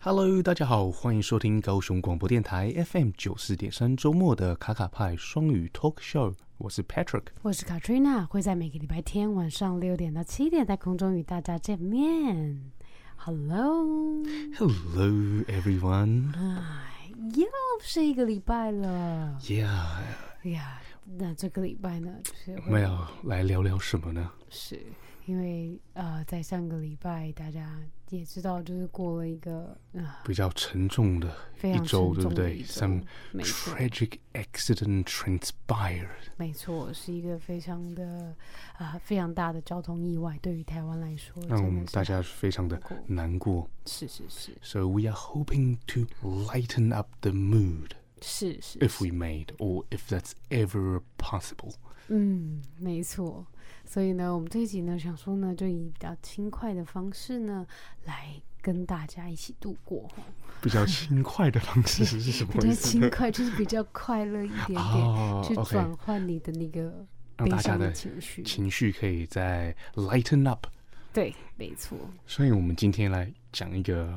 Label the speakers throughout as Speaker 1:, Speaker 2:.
Speaker 1: Hello，大家好，欢迎收听高雄广播电台 FM 九四点三周末的卡卡派双语 talk show。我是 Patrick，
Speaker 2: 我是 Katrina，会在每个礼拜天晚上六点到七点在空中与大家见面。Hello，
Speaker 1: Hello everyone.
Speaker 2: 又是一个礼拜了
Speaker 1: Yeah，
Speaker 2: 呀。那这个礼拜呢，就是
Speaker 1: 我们要来聊聊什么呢？
Speaker 2: 是因为呃，在上个礼拜大家也知道，就是过了一个啊、
Speaker 1: 比较沉重的
Speaker 2: 非
Speaker 1: 一
Speaker 2: 常
Speaker 1: 周，对不
Speaker 2: 沉重的
Speaker 1: 对
Speaker 2: 一周
Speaker 1: ？Some
Speaker 2: 没错
Speaker 1: tragic accident transpired.
Speaker 2: 没错，是一个非常的啊、非常大的交通意外，对于台湾来说，
Speaker 1: 让我
Speaker 2: 真
Speaker 1: 们
Speaker 2: 的是
Speaker 1: 大家非常的难过。
Speaker 2: 是是是
Speaker 1: So we are hoping to lighten up the mood
Speaker 2: 是是
Speaker 1: if we made, or if that's ever possible.
Speaker 2: 嗯，没错。所以呢，我们这一集呢，想说呢，就以比较轻快的方式呢，来跟大家一起度过哦。
Speaker 1: 比较轻快的方 式是什
Speaker 2: 比
Speaker 1: 么
Speaker 2: 较
Speaker 1: 意思呢
Speaker 2: 轻？快，就是比较快乐一点点，
Speaker 1: 哦
Speaker 2: 去
Speaker 1: OK
Speaker 2: 转换你的那个
Speaker 1: 让
Speaker 2: 悲
Speaker 1: 大家
Speaker 2: 伤
Speaker 1: 的
Speaker 2: 情绪。
Speaker 1: 情绪可以再 lighten up。
Speaker 2: 对，没错，
Speaker 1: 所以我们今天来讲一个，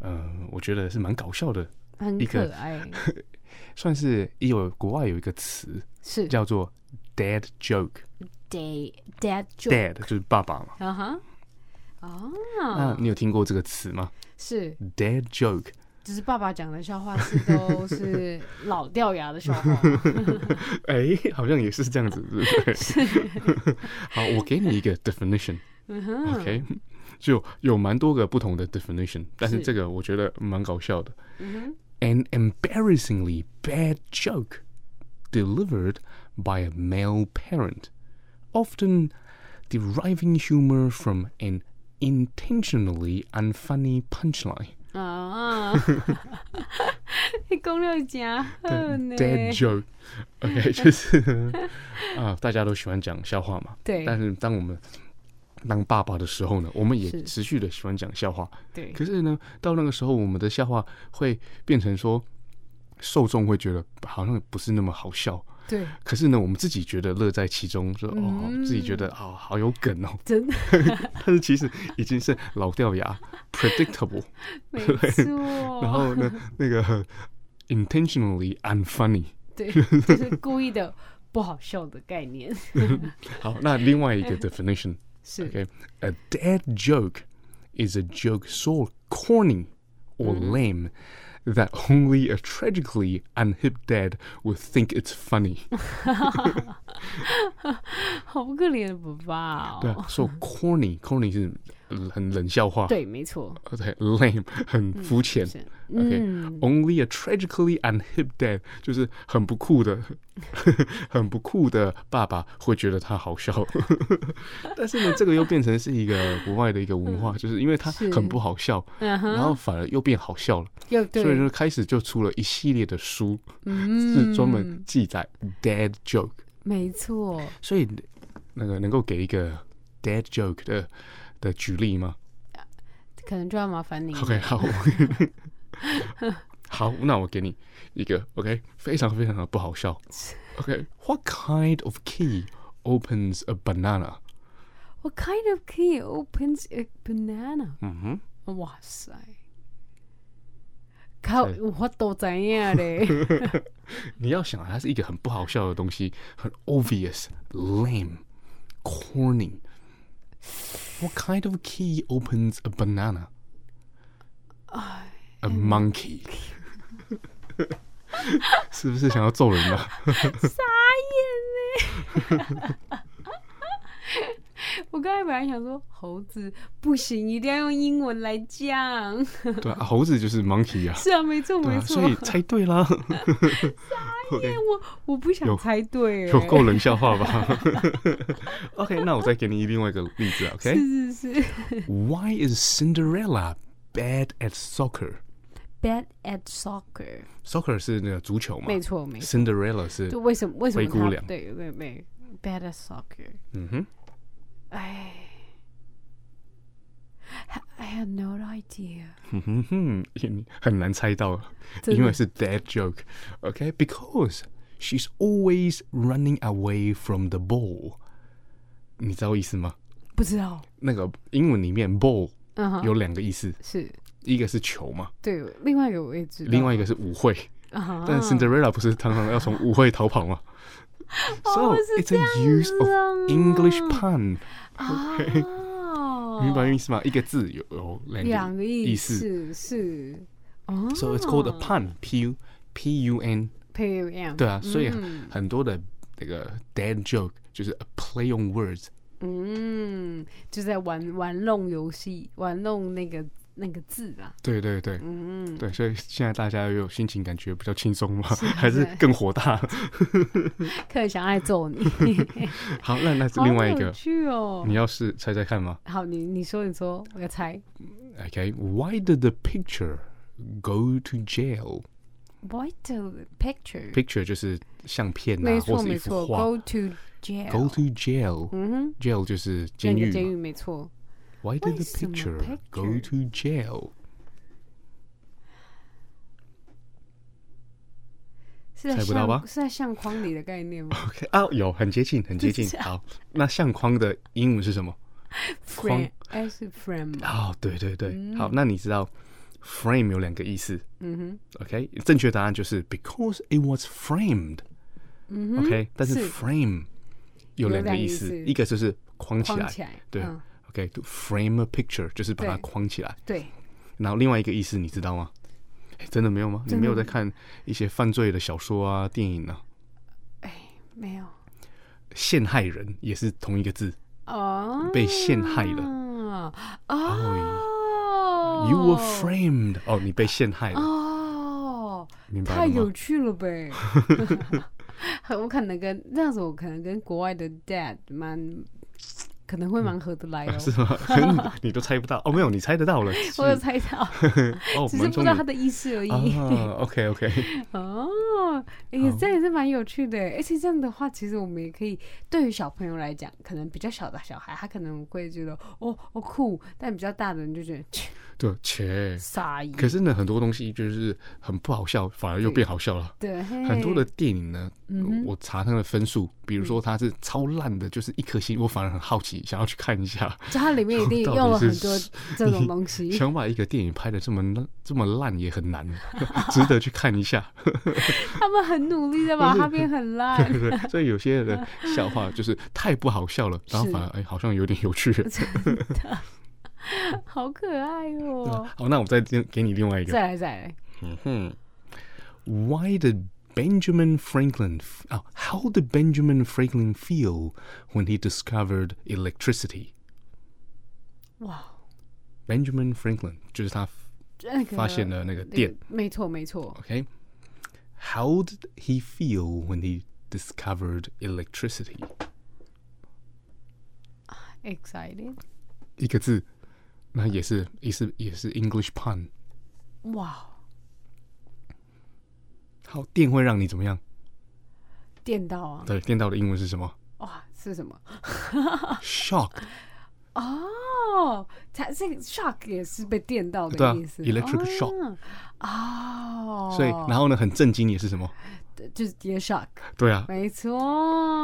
Speaker 1: 呃，我觉得是蛮搞笑的，
Speaker 2: 很
Speaker 1: 一个
Speaker 2: 可爱。
Speaker 1: 算是也有国外有一个词
Speaker 2: 是
Speaker 1: 叫做 dad joke。
Speaker 2: dad dad joke
Speaker 1: dad 就是爸爸嘛。
Speaker 2: 啊哈啊，
Speaker 1: 那你有听过这个词吗
Speaker 2: 是，
Speaker 1: ？dad joke
Speaker 2: 就是爸爸讲的笑话是都 是老掉牙的笑话吗。
Speaker 1: 哎、 好像也是这样子，对不对？ 好，我给你一个 definition，OK，、就有蛮多个不同的 definition，但是
Speaker 2: 是
Speaker 1: 这个我觉得蛮搞笑的。An embarrassingly bad joke delivered by a male parent, often deriving humor from an intentionally unfunny punchline.
Speaker 2: 啊， 你讲了真
Speaker 1: Oh,
Speaker 2: 好呢。
Speaker 1: Dead joke。OK，就是 呢啊，大家都喜欢讲笑话嘛。
Speaker 2: 对
Speaker 1: 但是当我们当爸爸的时候呢，我们也
Speaker 2: 是
Speaker 1: 持续的喜欢讲笑话。
Speaker 2: 对，
Speaker 1: 可是呢，到那个时候，我们的笑话会变成说，受众会觉得好像不是那么好笑。
Speaker 2: 对，
Speaker 1: 可是呢，我们自己觉得乐在其中，说哦，
Speaker 2: 嗯
Speaker 1: 自己觉得哦，好有梗哦。
Speaker 2: 真的
Speaker 1: 但是其实已经是老掉牙，predictable。
Speaker 2: 没 错。
Speaker 1: 然后呢，那个 intentionally unfunny。
Speaker 2: 对，就是故意的不好笑的概念。
Speaker 1: 好，那另外一 个 definition，
Speaker 2: 是
Speaker 1: Okay. A dad joke is a joke so corny or lame that only a tragically unhip dad would think it's funny.
Speaker 2: 好不可怜的爸爸哦。
Speaker 1: 对啊，so corny corny 是呃很冷笑话，
Speaker 2: 对，没错。
Speaker 1: 呃对，lame 很肤浅。
Speaker 2: 是
Speaker 1: OK，、only
Speaker 2: 嗯
Speaker 1: a tragically unhip dad 就是很不酷的、 很不酷的爸爸会觉得他好笑， 但是呢，这个又变成是一个国外的一个文化，就是因为他
Speaker 2: 嗯是
Speaker 1: 很不好笑，
Speaker 2: 嗯哼，
Speaker 1: 然后反而又变好笑了，
Speaker 2: 又
Speaker 1: 所以
Speaker 2: 对，
Speaker 1: 就开始就出了一系列的书，
Speaker 2: 嗯
Speaker 1: 是专门记载 dad joke，
Speaker 2: 没错。
Speaker 1: 所以那个能够给一个 dad joke 的的举例吗
Speaker 2: 可能就要麻烦你。
Speaker 1: ？OK，好。好，那我给你一个 OK，非常非常的不好笑。OK，What、kind of key opens a banana？
Speaker 2: What kind of key opens a banana？
Speaker 1: 嗯
Speaker 2: 哇塞！靠，
Speaker 1: 对
Speaker 2: 我都怎样嘞？
Speaker 1: 哼，你要想啊，它是一个很不好笑的东西，很 obvious、lame、corny。What kind of key opens a banana? A monkey. 是不是想要揍人啊？
Speaker 2: 傻眼嘞！ 我刚才本来想说猴子不行，一定要用英文来讲。
Speaker 1: 对啊，猴子就是 monkey 啊，
Speaker 2: 是啊，没错
Speaker 1: 对
Speaker 2: 没
Speaker 1: 啊，
Speaker 2: 错。哎
Speaker 1: 所以猜对 啦。OK，
Speaker 2: 我我不
Speaker 1: 有
Speaker 2: 想猜对、欸，
Speaker 1: 有够冷笑话吧 ？OK，那我再给你另外一个例子，OK？啊
Speaker 2: 是是是。
Speaker 1: Why is Cinderella bad at soccer?
Speaker 2: Bad at soccer，
Speaker 1: Soccer 是那个足球嘛？
Speaker 2: 没错没错。
Speaker 1: Cinderella 是
Speaker 2: 就为什么为什么
Speaker 1: 灰姑
Speaker 2: 他
Speaker 1: 娘
Speaker 2: 对对对， bad at soccer.
Speaker 1: Mm-hmm.
Speaker 2: I I had no idea.
Speaker 1: 嗯
Speaker 2: 真的。
Speaker 1: 很难猜到，因为是 dad joke. Okay, because she's always running away from the ball.
Speaker 2: 不知道，
Speaker 1: 你知道意思吗？那个英文里面 ball
Speaker 2: 嗯哼，是
Speaker 1: 有两个意思，一个是球嘛，另外一个是舞会。
Speaker 2: 对，另外一个我也知道，啊哈，
Speaker 1: 但 Cinderella 不是常常要从舞会逃跑吗？So
Speaker 2: 哦是
Speaker 1: it's a
Speaker 2: 这样
Speaker 1: use of
Speaker 2: 子
Speaker 1: English pun，、
Speaker 2: 啊，
Speaker 1: 明白意思吗？一个字有有两
Speaker 2: 哦两
Speaker 1: 个
Speaker 2: 个
Speaker 1: 意思。
Speaker 2: 思是哦
Speaker 1: So it's called a pun, p u p u n。
Speaker 2: p u m
Speaker 1: 对啊，所以很多的那个 dad joke 就是 a play on words。
Speaker 2: 嗯，就在玩玩弄游戏，玩弄那个那个字啊，
Speaker 1: 对对对，
Speaker 2: 嗯，
Speaker 1: 对，所以现在大家有心情感觉比较轻松吗？
Speaker 2: 啊
Speaker 1: 还是
Speaker 2: 对
Speaker 1: 更火大？
Speaker 2: 客人想爱揍你，
Speaker 1: 好，那那是
Speaker 2: 好
Speaker 1: 另外一
Speaker 2: 有
Speaker 1: 个，
Speaker 2: 趣哦
Speaker 1: 你。要是猜猜看吗？
Speaker 2: 好，你你说你说，我要猜
Speaker 1: Okay, why did the picture go to jail?
Speaker 2: ，What the picture？
Speaker 1: Picture 就是相片
Speaker 2: 没
Speaker 1: 啊，
Speaker 2: 错
Speaker 1: 或是
Speaker 2: 没
Speaker 1: 一幅
Speaker 2: 错
Speaker 1: 画
Speaker 2: ，Go。to jail。
Speaker 1: Go to jail.
Speaker 2: 嗯哼，
Speaker 1: Jail 就是
Speaker 2: 那
Speaker 1: 监
Speaker 2: 个
Speaker 1: 狱
Speaker 2: 监
Speaker 1: 嘛。
Speaker 2: 狱没错。
Speaker 1: Why did the
Speaker 2: 为什么
Speaker 1: picture go
Speaker 2: picture？
Speaker 1: to jail?
Speaker 2: 是在
Speaker 1: 猜不到
Speaker 2: 相
Speaker 1: 吧
Speaker 2: 是在相框里的概 念吗
Speaker 1: OK 啊，有很接近，很接 近。好，那相框的英文是什么？框
Speaker 2: ？Frame，哎是 frame 吗？
Speaker 1: 哦，对对对。好，那你知道 frame 有两个意思。
Speaker 2: 嗯
Speaker 1: OK，正确答案就是 because it was framed。OK，但是
Speaker 2: 嗯是
Speaker 1: frame 有
Speaker 2: 有
Speaker 1: 两个
Speaker 2: 两个
Speaker 1: 意
Speaker 2: 意
Speaker 1: 思，
Speaker 2: 思
Speaker 1: 一个就是框起
Speaker 2: 框
Speaker 1: 来，
Speaker 2: 起来
Speaker 1: 对。
Speaker 2: 嗯
Speaker 1: OK，to frame a picture 就是把它
Speaker 2: 对
Speaker 1: 框起来。
Speaker 2: 哼，对，
Speaker 1: 然后另外一个意思你知道吗？诶真的没有吗？你
Speaker 2: 真的
Speaker 1: 没有在看一些犯罪的小说啊、电影啊？
Speaker 2: 哎，没有
Speaker 1: 陷害人也是同一个字。
Speaker 2: 哦，
Speaker 1: 被陷害了
Speaker 2: 了
Speaker 1: 哦
Speaker 2: 哦
Speaker 1: You were framed。哦，你被陷害了，
Speaker 2: 哦，
Speaker 1: 明白
Speaker 2: 太
Speaker 1: 了
Speaker 2: 有
Speaker 1: 吗？
Speaker 2: 趣了呗。 我可能跟那样子，我可能跟国外的 dad 蛮，可能会蛮合得来哦。
Speaker 1: 嗯啊 是吗？你都猜不到哦，没有，你猜得 到了。
Speaker 2: 我有猜到，
Speaker 1: 是哦，
Speaker 2: 只是
Speaker 1: 蛮聪
Speaker 2: 不知
Speaker 1: 明
Speaker 2: 道他的意思而已。
Speaker 1: 啊。OK OK，
Speaker 2: 哦，哎、
Speaker 1: 好
Speaker 2: 这也是蛮有趣的。而且这样的话，其实我们也可以对于小朋友来讲，可能比较小的小孩，他可能会觉得哦哦酷，但比较大的人就觉得切
Speaker 1: 对，切。
Speaker 2: 傻眼。
Speaker 1: 可是呢，很多东西就是很不好笑，反而又变好笑了。
Speaker 2: 对，嗯
Speaker 1: 很多的
Speaker 2: 嘿
Speaker 1: 电影呢，我查它的分数，比如说它是超烂的，就是一颗星，我反而很好奇，想要去看一下。
Speaker 2: 就它里面一定
Speaker 1: 到
Speaker 2: 用
Speaker 1: 底
Speaker 2: 了很
Speaker 1: 是。
Speaker 2: 多这种东西
Speaker 1: 想把一个电影拍的这么烂，这么烂也很难， 值得去看一 下。
Speaker 2: 他们很努力的把它变很烂
Speaker 1: 对，不对？所以有些人笑话就是太不好笑了，然后反而哎好像有点有趣。
Speaker 2: 好可爱哦。
Speaker 1: 好，那我再给你另外一个。
Speaker 2: 再来再来，
Speaker 1: 嗯哼，Why did Benjamin Franklin 啊、h o w did Benjamin Franklin feel when he discovered electricity？
Speaker 2: 哇，
Speaker 1: Benjamin Franklin 就是他
Speaker 2: 那个
Speaker 1: 发现了那个电。
Speaker 2: 没错没错，
Speaker 1: OK, how did he feel when he discovered electricity？
Speaker 2: ，excited，
Speaker 1: 一个字，那也是也是也是 English pun。
Speaker 2: 哇，
Speaker 1: 好，电会让你怎么样？
Speaker 2: 电到啊，
Speaker 1: 对，电到的英文是什么
Speaker 2: 哇，是什么？
Speaker 1: ？Shock，
Speaker 2: 哦，它这个 shock 也是被电到
Speaker 1: 对啊
Speaker 2: 的意思
Speaker 1: ，electric shock
Speaker 2: 啊哦，
Speaker 1: 所以然后呢，很震惊也是什么？
Speaker 2: 就是也 shock，
Speaker 1: 对啊，
Speaker 2: 没错，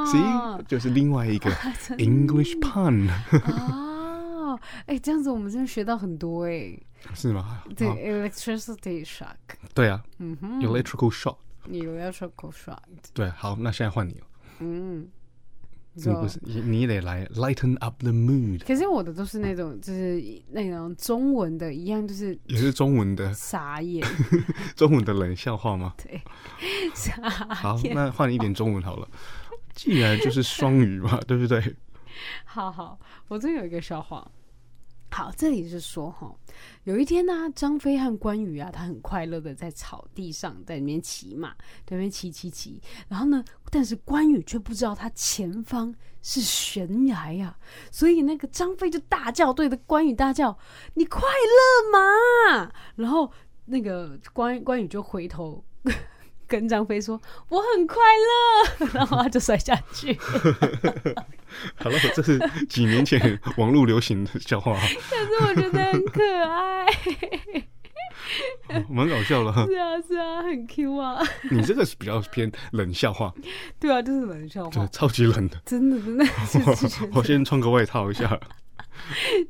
Speaker 1: 行，就是另外 一个 English pun，
Speaker 2: 哦，哎，这样子我们真的学到很多哎，
Speaker 1: 是吗？
Speaker 2: 对嗯
Speaker 1: 啊
Speaker 2: ，electricity shock，
Speaker 1: 对啊，electrical shock。
Speaker 2: 有要说 c shock，
Speaker 1: 对，好，那现在换你了，
Speaker 2: 嗯，你
Speaker 1: 你
Speaker 2: 说
Speaker 1: 不是你你得来 lighten up the mood，
Speaker 2: 可是我的都是那种，就是那种中文的一样，就是
Speaker 1: 也是中文 的
Speaker 2: 傻眼，
Speaker 1: 中文的冷笑话吗？
Speaker 2: 对，傻
Speaker 1: 好，
Speaker 2: 眼。
Speaker 1: 那换一点中文好了。既然就是双语嘛， 对不对？
Speaker 2: 好好，我这有一个笑话。好，这里是说哈，有一天呢、张飞和关羽啊，他很快乐的在草地上在里面骑马，在那边骑骑骑，然后呢，但是关羽却不知道他前方是悬崖呀、所以那个张飞就大叫，对着关羽大叫：“你快乐吗？”然后那个关关羽就回头。跟张飞说我很快乐， 然后他就摔下去。
Speaker 1: 好了，这是几年前网络流行的笑话，
Speaker 2: 但是我觉得很可爱，
Speaker 1: 蛮搞笑的。
Speaker 2: 是啊是啊，很 Q 啊，
Speaker 1: 你这个是比较偏冷笑话，
Speaker 2: 对啊，就是冷笑
Speaker 1: 就
Speaker 2: 话，
Speaker 1: 超级冷的。
Speaker 2: 真的真的 就是觉
Speaker 1: 我
Speaker 2: 得
Speaker 1: 先穿个外套一 下。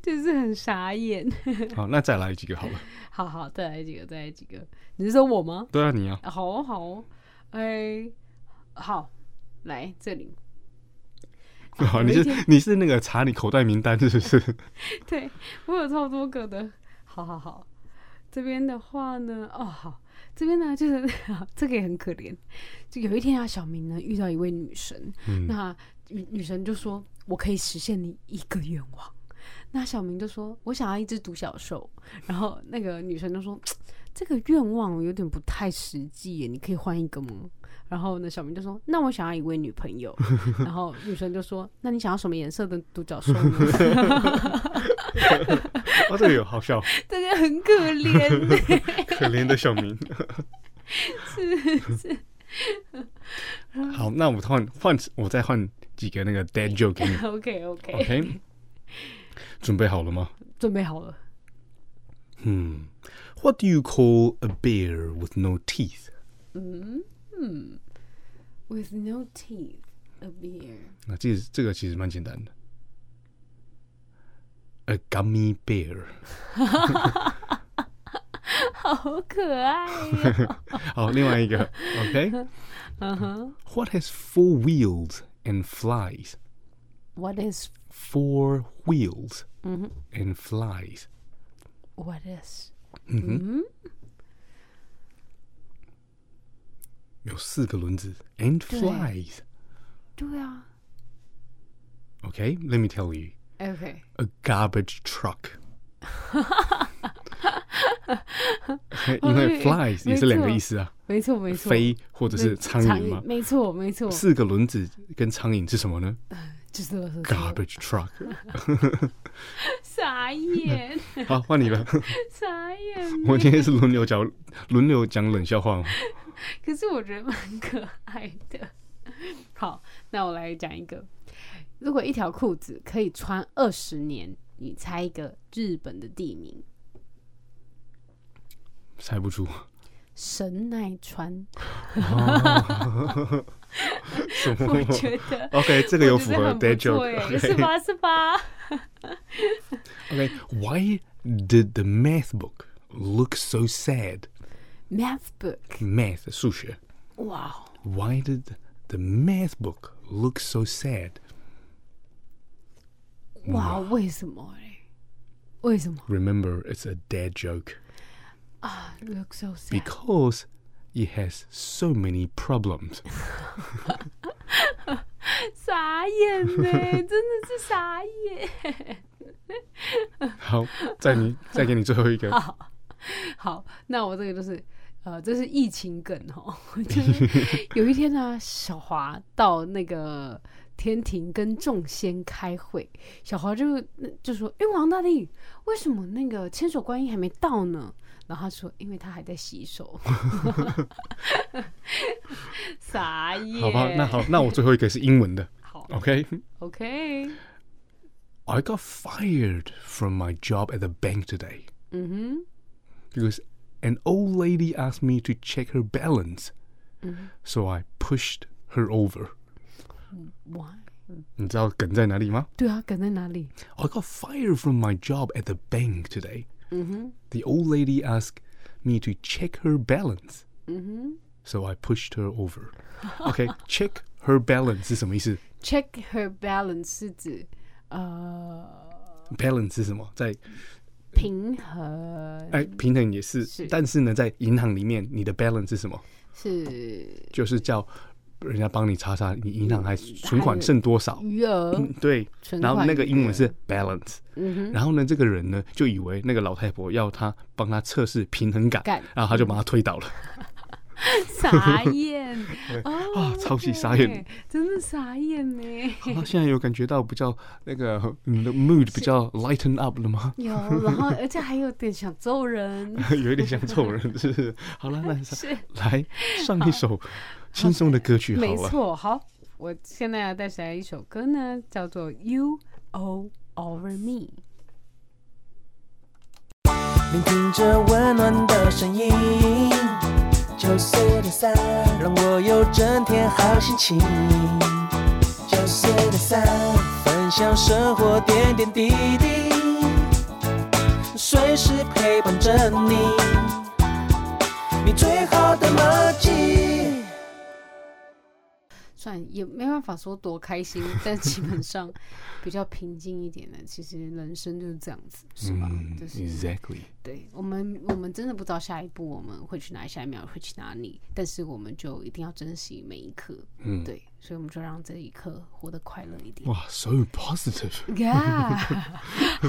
Speaker 2: 就是很傻眼。
Speaker 1: 好，那再来几个好了。
Speaker 2: 好好，再来几个，再来几个。你是说我吗？
Speaker 1: 对啊，你啊，
Speaker 2: 好哦好哦，哎、好，来这里。啊
Speaker 1: 好， 你
Speaker 2: 哦有一
Speaker 1: 是
Speaker 2: 天
Speaker 1: 你是那个查你口袋名单是不是？
Speaker 2: 对我有超多个的。好好好，这边的话呢，哦好，这边呢就是 这个也很可怜。就有一天啊，小明呢遇到一位女神，
Speaker 1: 嗯，
Speaker 2: 那女女神就说：“我可以实现你一个愿望。”那小明就说：“我想要一只独角兽。”然后那个女神就说：“这个愿望有点不太实际耶，你可以换一个吗？”然后呢，小明就说：“那我想要一位女朋 友。”然后女神就说：“那你想要什么颜色的独角兽呢？”
Speaker 1: 哦，这个有好笑，
Speaker 2: 这个很可怜。
Speaker 1: 可怜的小明。 好，那我换换，我再换几个那个 dead joke 给你。
Speaker 2: OK OK，
Speaker 1: OK，准备好了吗？
Speaker 2: 准备好了。
Speaker 1: Hmm. What do you call a bear with no teeth?
Speaker 2: With no teeth, a bear.
Speaker 1: 那这这个其实蛮简单的。A gummy bear。
Speaker 2: 好可爱呀、
Speaker 1: 好，另外一个，OK。What
Speaker 2: 嗯
Speaker 1: has four wheels and flies?
Speaker 2: What is
Speaker 1: Four wheels
Speaker 2: 嗯
Speaker 1: and flies.
Speaker 2: what is？
Speaker 1: 有四个轮子 and flies.
Speaker 2: 对啊。
Speaker 1: Okay, let me tell you.
Speaker 2: OK，
Speaker 1: A garbage truck. 因为 flies 也是两个意思啊，
Speaker 2: 没哦错没错。
Speaker 1: 飞或者是
Speaker 2: 没
Speaker 1: 苍蝇嘛。
Speaker 2: 没错没错，
Speaker 1: 四个轮子跟苍蝇是什么呢
Speaker 2: 就是我说
Speaker 1: ？Garbage truck。
Speaker 2: 傻眼
Speaker 1: 好，换你了。
Speaker 2: 傻眼。
Speaker 1: 我今天是轮流讲轮流讲冷笑话吗？哦
Speaker 2: 可是我觉得蛮可爱的。好，那我来讲一个，如果一条裤子可以穿二十年，你猜一个日本的地名？
Speaker 1: 猜不出。
Speaker 2: 神奈川。
Speaker 1: 什么
Speaker 2: 我觉得
Speaker 1: OK，这个有符合
Speaker 2: 我觉
Speaker 1: dead
Speaker 2: 得很不错耶
Speaker 1: joke。
Speaker 2: 是
Speaker 1: OK，OK，Why、
Speaker 2: 吧？是吧？
Speaker 1: did the math book look so sad?
Speaker 2: Math book，
Speaker 1: Math 数学。
Speaker 2: 哇哦，
Speaker 1: Why did the math book look so sad?
Speaker 2: 哇，为什么嘞？为什么
Speaker 1: Remember, it's a dead joke
Speaker 2: ？Look so sad，
Speaker 1: because it has so many problems.
Speaker 2: 傻眼呢，真的是傻眼。
Speaker 1: 好，再你再给你最后一个。
Speaker 2: 好，那我这个就是，呃，这是疫情梗哦。 就是有一天呢、小华到那个天庭跟众仙开会，小华就就说：“哎、王大帝，为什么那个千手观音还没到呢？”然后他说：“因为他还在洗 手。” 傻眼。
Speaker 1: 好吧，那好，那我最后一个是英文的。
Speaker 2: 好
Speaker 1: OK。
Speaker 2: ，OK，
Speaker 1: I got fired from my job at the bank today
Speaker 2: 嗯
Speaker 1: because an old lady asked me to check her balance. So I pushed her over.
Speaker 2: 哼，哇，
Speaker 1: 你知道梗在哪里吗
Speaker 2: 对啊，梗在哪里？
Speaker 1: ？I got fired from my job at the bank today. The old lady asked me to check her balance.
Speaker 2: 嗯
Speaker 1: So I pushed her over. Okay, check her balance 是什么意思
Speaker 2: Check her balance 是指呃
Speaker 1: ？balance 是什么？在
Speaker 2: 平衡
Speaker 1: 哎平衡也是，
Speaker 2: 是
Speaker 1: 但是呢，在银行里面，你的 balance 是什么？
Speaker 2: 是
Speaker 1: 就是叫人家帮你查查你银行还存款剩多少。
Speaker 2: 余额，
Speaker 1: 嗯，对。
Speaker 2: 存
Speaker 1: 然后
Speaker 2: 款
Speaker 1: 那个
Speaker 2: 余
Speaker 1: 英文
Speaker 2: 额
Speaker 1: 是 balance，
Speaker 2: 嗯哼，
Speaker 1: 然后呢，这个人呢就以为那个老太婆要他帮他测试平衡感
Speaker 2: 感，
Speaker 1: 然后他就把他推倒了。
Speaker 2: 傻 眼哦
Speaker 1: 啊超级傻眼
Speaker 2: 对，真的傻眼呢。
Speaker 1: 好了，现在有感觉到比较那个你的 mood 比较 lighten up 了 吗？
Speaker 2: 有，然后而且还有点想 揍人，
Speaker 1: 有一点想揍人，是不是？好了，那上
Speaker 2: 是
Speaker 1: 来上一首轻松的歌曲好
Speaker 2: 没
Speaker 1: 了。
Speaker 2: 错。好，我现在要带起来一首歌呢，叫做《You O Over Me》。
Speaker 3: 聆听着温暖的声音。九四点三，让我有整天好心情。九四点三，分享生活点点滴滴，随时陪伴着你，你最好的默契。
Speaker 2: 算也没办法说多开心，但基本上比较平静一点的。其实人生就是这样子，是吧？
Speaker 1: 嗯
Speaker 2: 就是
Speaker 1: ，exactly。
Speaker 2: 对我们，我们真的不知道下一步我们会去哪里，下一秒会去哪里，但是我们就一定要珍惜每一刻。
Speaker 1: 嗯
Speaker 2: 对，所以我们就让这一刻活得快乐一点。
Speaker 1: 哇，so positive。
Speaker 2: 呀，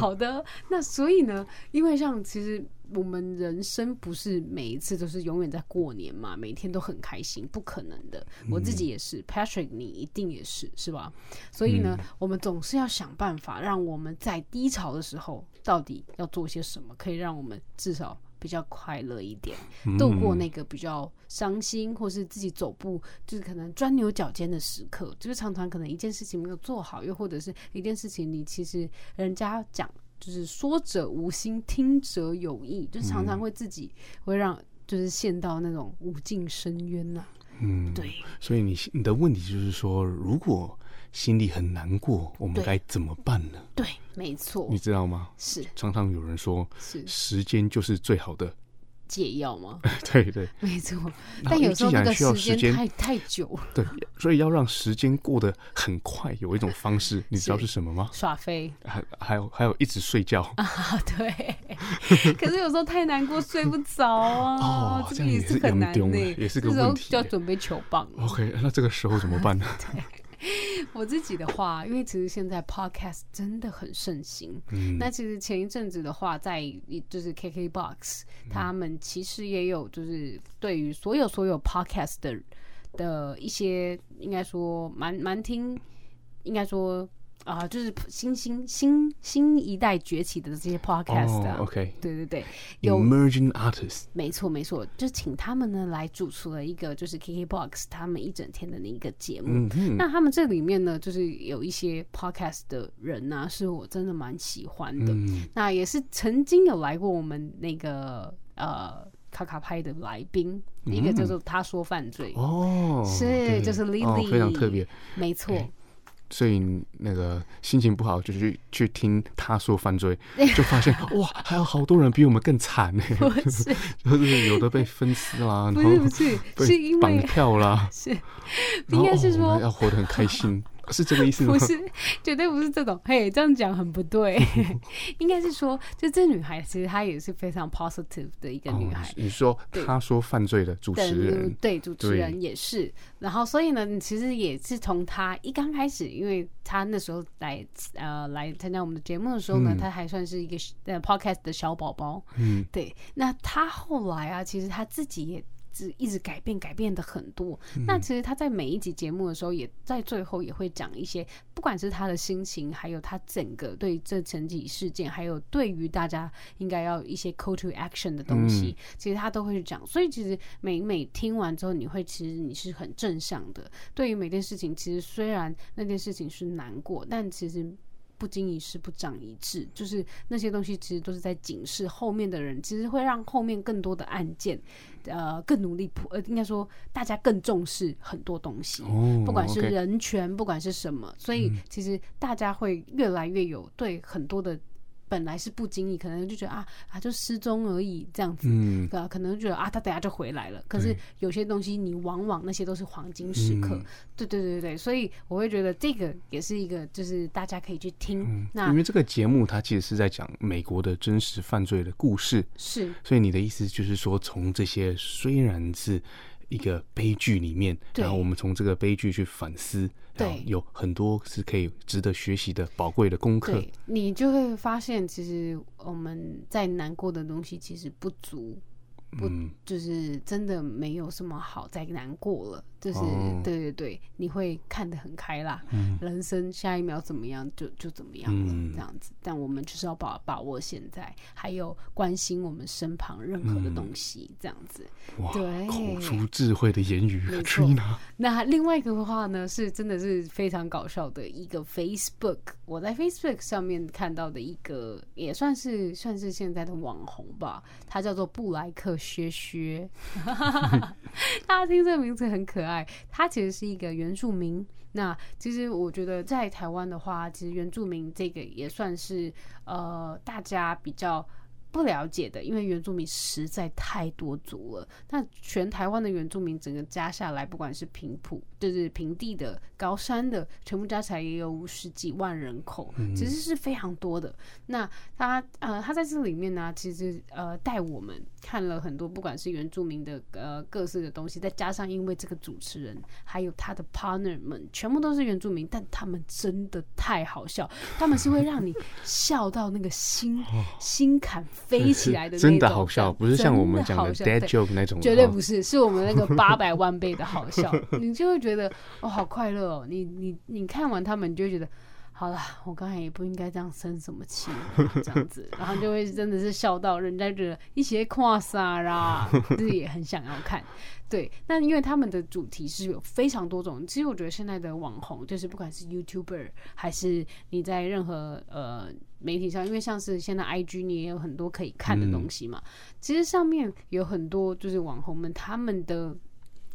Speaker 2: 好的，那所以呢，因为像其实我们人生不是每一次都是永远在过年嘛，每天都很开心，不可能的。我自己也是、p a t r i c k 你一定也是，是吧？所以呢，我们总是要想办法，让我们在低潮的时候，到底要做些什么，可以让我们至少。比较快乐一点，度过
Speaker 1: 嗯
Speaker 2: 那个比较伤心，或是自己走步，就是可能钻牛角尖的时刻，就是常常可能一件事情没有做好，又或者是一件事情你其实人家讲就是说者无心，听者有意，就常常会
Speaker 1: 嗯
Speaker 2: 自己会让就是陷到那种无尽深渊呐、啊
Speaker 1: 嗯，
Speaker 2: 对。
Speaker 1: 所以你你的问题就是说，如果心里很难过，我们
Speaker 2: 对
Speaker 1: 该怎么办呢？
Speaker 2: 对，没错
Speaker 1: 你，知道吗？
Speaker 2: 是
Speaker 1: 常常有人说，
Speaker 2: 是
Speaker 1: 时间就是最好的。
Speaker 2: 解药吗？
Speaker 1: 对对
Speaker 2: 没错，
Speaker 1: 那
Speaker 2: 但有时候
Speaker 1: 既
Speaker 2: 那
Speaker 1: 然
Speaker 2: 个
Speaker 1: 需要
Speaker 2: 时
Speaker 1: 时间
Speaker 2: 间太太久了，
Speaker 1: 对，所以要让时间过得很快，有一种方式，你知道是什么吗？
Speaker 2: 耍飞。
Speaker 1: 还还有还有，一直睡觉。
Speaker 2: 啊， 对。可是有时候太难过，睡不着啊。
Speaker 1: 哦
Speaker 2: 这
Speaker 1: 这
Speaker 2: 个
Speaker 1: 样也
Speaker 2: 是
Speaker 1: 是
Speaker 2: 很
Speaker 1: 严
Speaker 2: 难
Speaker 1: 重
Speaker 2: 呢、
Speaker 1: 了也是个
Speaker 2: 这时候
Speaker 1: 问题哦
Speaker 2: 就要
Speaker 1: 耶
Speaker 2: 准备球棒了。
Speaker 1: OK，那这个时候怎么 办呢？
Speaker 2: 我自己的话，因为其实现在 podcast 真的很盛行。
Speaker 1: 嗯
Speaker 2: 那其实前一阵子的话，在就是 KKBox，他
Speaker 1: 嗯
Speaker 2: 们其实也有就是对于所有所有 podcast 的的一些，应该说蛮蛮听，应该说啊、就是新兴新新一代崛起的这些 podcast 啊。
Speaker 1: 哦，OK，
Speaker 2: 对对对，有
Speaker 1: emerging artist，
Speaker 2: 没错，没错，就请他们呢来主持了一个就是 KKBOX 他们一整天的一个节目。
Speaker 1: 嗯哼，
Speaker 2: 那他们这里面呢，就是有一些 podcast 的人呢、是我真的蛮喜欢的。
Speaker 1: 嗯
Speaker 2: 那也是曾经有来过我们那个呃卡卡派的来宾，一个叫做他说犯罪，
Speaker 1: 哦，
Speaker 2: 是
Speaker 1: 对
Speaker 2: 就是 Lily，、
Speaker 1: 哦非常特别。，
Speaker 2: 没 错。
Speaker 1: 所以那个心情不好，就去去听他说犯罪，就发 现哇，还有好多人比我们更惨呢，
Speaker 2: 不是
Speaker 1: 就是有的被分尸啦，
Speaker 2: 不
Speaker 1: 然后
Speaker 2: 是不是，是
Speaker 1: 被
Speaker 2: 因
Speaker 1: 绑
Speaker 2: 为
Speaker 1: 票啦，
Speaker 2: 是
Speaker 1: 然后
Speaker 2: 应该是
Speaker 1: 哦我们
Speaker 2: 说
Speaker 1: 要活得很开心，是这个意 思吗
Speaker 2: 不？是，绝对不是这种。嘿，这样讲很 不对，应该是说，就这女孩其实她也是非常 positive 的一个
Speaker 1: 哦
Speaker 2: 女孩。
Speaker 1: 你说他说犯罪的主
Speaker 2: 的
Speaker 1: 持人，
Speaker 2: 对主持
Speaker 1: 对
Speaker 2: 人也是，然后所以呢，你其实也是从她一刚开始，因为她那时候来呃来参加我们的节目的时候呢，她还算是一个呃 podcast 的小宝宝，
Speaker 1: 嗯，
Speaker 2: 对，那他后来啊，其实他自己也只一直改变，改变的很多。那其实他在每一集节目的时候，也在最后也会讲一些，不管是他的心情，还有他整个对这整体事件，还有对于大家应该要一些 call to action 的东西，其实他都会去讲。所以其实每每听完之后，你会其实你是很正向的。对于每件事情，其实虽然那件事情是难过，但其实不经一事不长一智，就是那些东西其实都是在警示后面的人，其实会让后面更多的案件，呃，更努力破，呃，应该说大家更重视很多东西，
Speaker 1: 哦，
Speaker 2: 不管是
Speaker 1: OK 嗯
Speaker 2: 人权，不管是什么，所以其实大家会越来越有对很多的本来是不经意，可能就觉得啊啊就失踪而已这样子，
Speaker 1: 嗯，
Speaker 2: 对啊，可能觉得啊，他等下就回来了。可是有些东西，你往往那些都是黄金时刻。
Speaker 1: 嗯
Speaker 2: 对对对对，所以我会觉得这个也是一个，就是大家可以去听。那
Speaker 1: 嗯因为这个节目它其实是在讲美国的真实犯罪的故事，
Speaker 2: 是
Speaker 1: 所以你的意思就是说，从这些虽然是一个悲剧里面，
Speaker 2: 对
Speaker 1: 然后我们从这个悲剧去反思，然后
Speaker 2: 对
Speaker 1: 有很多是可以值得学习的宝贵的功课
Speaker 2: 对。，你就会发现，其实我们在难过的东西其实不足。不
Speaker 1: 嗯
Speaker 2: 就是真的没有什么好再难过了，就是、
Speaker 1: 哦
Speaker 2: 对对对，你会看得很开啦，
Speaker 1: 嗯
Speaker 2: 人生下一秒怎么样就就怎么样了，
Speaker 1: 嗯
Speaker 2: 这样子。但我们就是要把把握现在，还有关心我们身旁任何
Speaker 1: 嗯
Speaker 2: 的东西，这样子。
Speaker 1: 哇，
Speaker 2: 对
Speaker 1: 口出智慧的言语
Speaker 2: 没错
Speaker 1: ，Katrina，
Speaker 2: 那另外一个的话呢，是真的是非常搞笑的一个 Facebook，我在 Facebook 上面看到的一个，也算是算是现在的网红吧，他叫做布莱克薛薛， 大家听这个名字很可爱。他其实是一个原住民。那其实我觉得在台湾的话，其实原住民这个也算是呃大家比较。不了解的，因为原住民实在太多族了。那全台湾的原住民整个加下来，不管是平埔，就是平地的、高山的，全部加起来也有五十几万人口，其实是非常多的。那他呃，他在这里面呢，其实呃带我们看了很多，不管是原住民的呃各式的东西，再加上因为这个主持人还有他的 partner 们，全部都是原住民，但他们真的太好笑，他们是会让你笑到那个心心坎飞起来的那种，
Speaker 1: 哦真的好笑，不是像我们讲的
Speaker 2: 真好
Speaker 1: dad
Speaker 2: 笑
Speaker 1: joke 那种，哦
Speaker 2: 绝对不
Speaker 1: 是。
Speaker 2: 是，是我们那个八百万倍的好笑， 你就会觉得哦，好快乐哦！你你你看完他们，你就会觉得，好啦，我刚才也不应该这样生什么气，这样子，然后就会真的是笑到人家觉得一起在跨啥啦，自己也很想要看。对，那因为他们的主题是有非常多种。其实我觉得现在的网红，就是不管是 YouTuber 还是你在任何呃媒体上，因为像是现在 IG 你也有很多可以看的东西嘛。其实上面有很多就是网红们他们的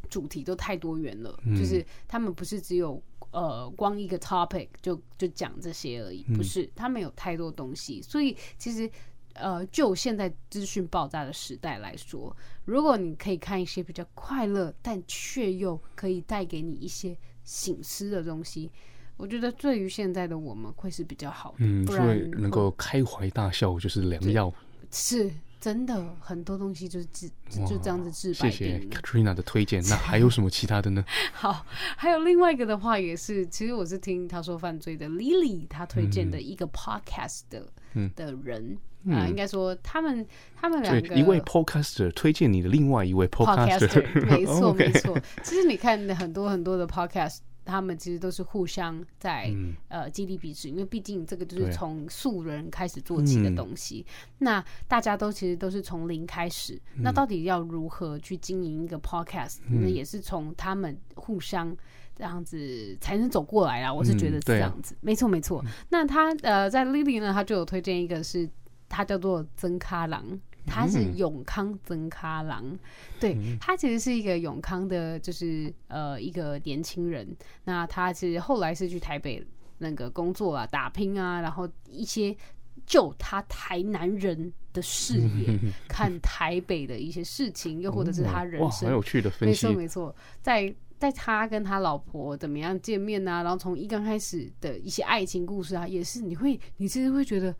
Speaker 2: 主题都太多元了，就是他们不是只有呃光一个 topic 就就讲这些而已，不是，他们有太多东西，所以其实。呃，就现在资讯爆炸的时代来说，如果你可以看一些比较快乐，但却又可以带给你一些醒思的东西，我觉得对于现在的我们会是比较好的。
Speaker 1: 嗯，
Speaker 2: 不
Speaker 1: 所
Speaker 2: 然
Speaker 1: 以能够开怀大笑就是良药。
Speaker 2: 是真的很多东西就是治就就这样子治
Speaker 1: 谢
Speaker 2: 百
Speaker 1: 谢
Speaker 2: 病了。
Speaker 1: Katrina 的推荐。那还有什么其他的呢？
Speaker 2: 好，还有另外一个的话也是，其实我是听他说犯罪的 Lily 他推荐的一个 podcast 的、
Speaker 1: 嗯
Speaker 2: 的人啊、应该说他们他们
Speaker 1: 对
Speaker 2: 两，个
Speaker 1: 一位 podcaster 推荐你的另外一位 哦
Speaker 2: podcaster，没错
Speaker 1: OK
Speaker 2: 没错。 其实你看很多很多的 podcast，他们其实都是互相在、呃激励彼此，因为毕竟这个就是
Speaker 1: 嗯对啊
Speaker 2: 从素人开始做起的东西。那大家都其实都是从零开始，
Speaker 1: 嗯
Speaker 2: 那到底要如何去经营一个 podcast？、那也是从他们互相。这样子才能走过来啦，我是觉
Speaker 1: 嗯
Speaker 2: 得是这
Speaker 1: 对啊
Speaker 2: 样子，没错没错。那他呃，在 Lily 呢，他就有推荐一个是他叫做曾咖郎，他是
Speaker 1: 嗯
Speaker 2: 永康曾咖郎，对他其实是一个永康的，就是呃一个年轻人。那他其实后来是去台北那个工作啊、打拼啊，然后一些就他台南人的视 野看台北的一些事情，又或者是他人
Speaker 1: 哦哇，很
Speaker 2: 生
Speaker 1: 有趣的分
Speaker 2: 没
Speaker 1: 析
Speaker 2: 错。没错，在在他跟他老婆怎么样见面啊，然后从一刚开始的一些爱情故事啊，也是你会你其实会觉得。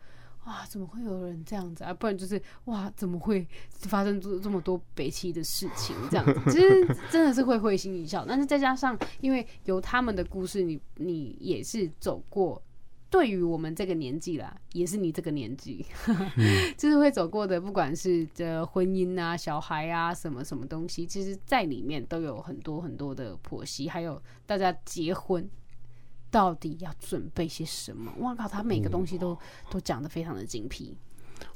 Speaker 2: 哇，怎么会有人这样子啊？不然就是哇，怎么会发生这这么多北齐的事情？这样子，其实真的是会会心一笑。但是再加上，因为有他们的故事，你你也是走过，对于我们这个年纪啦，也是你这个年纪，就是会走过的，不管是这婚姻啊、小孩啊、什么什么东西，其实在里面都有很多很多的剖析，还有大家结婚到底要准备些什么。哇靠，他
Speaker 1: 嗯
Speaker 2: 每个东西都、都讲得非常的精辟，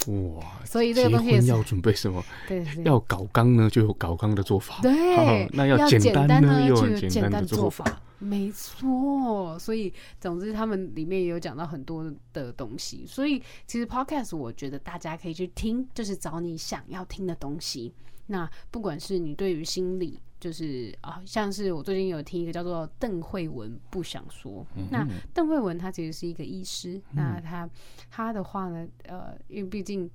Speaker 1: 哇，
Speaker 2: 所以这
Speaker 1: 结
Speaker 2: 个东西也
Speaker 1: 婚
Speaker 2: 是
Speaker 1: 要准备什么？
Speaker 2: 对 对对
Speaker 1: 要搞纲呢，就有搞纲的做法。
Speaker 2: 对，
Speaker 1: 哈哈那
Speaker 2: 要
Speaker 1: 简
Speaker 2: 单
Speaker 1: 呢，又
Speaker 2: 就
Speaker 1: 有
Speaker 2: 有
Speaker 1: 简
Speaker 2: 单
Speaker 1: 的
Speaker 2: 做
Speaker 1: 法。
Speaker 2: 法。没错，所以总之他们里面也有讲到很多的东西，所以其实 podcast 我觉得大家可以去听，就是找你想要听的东西。那不管是你对于心理，就是啊，像是我最近有听一个叫做邓慧文不想说，
Speaker 1: 嗯
Speaker 2: 那邓慧文她其实是一个医师，那她她的话呢，呃，因为毕竟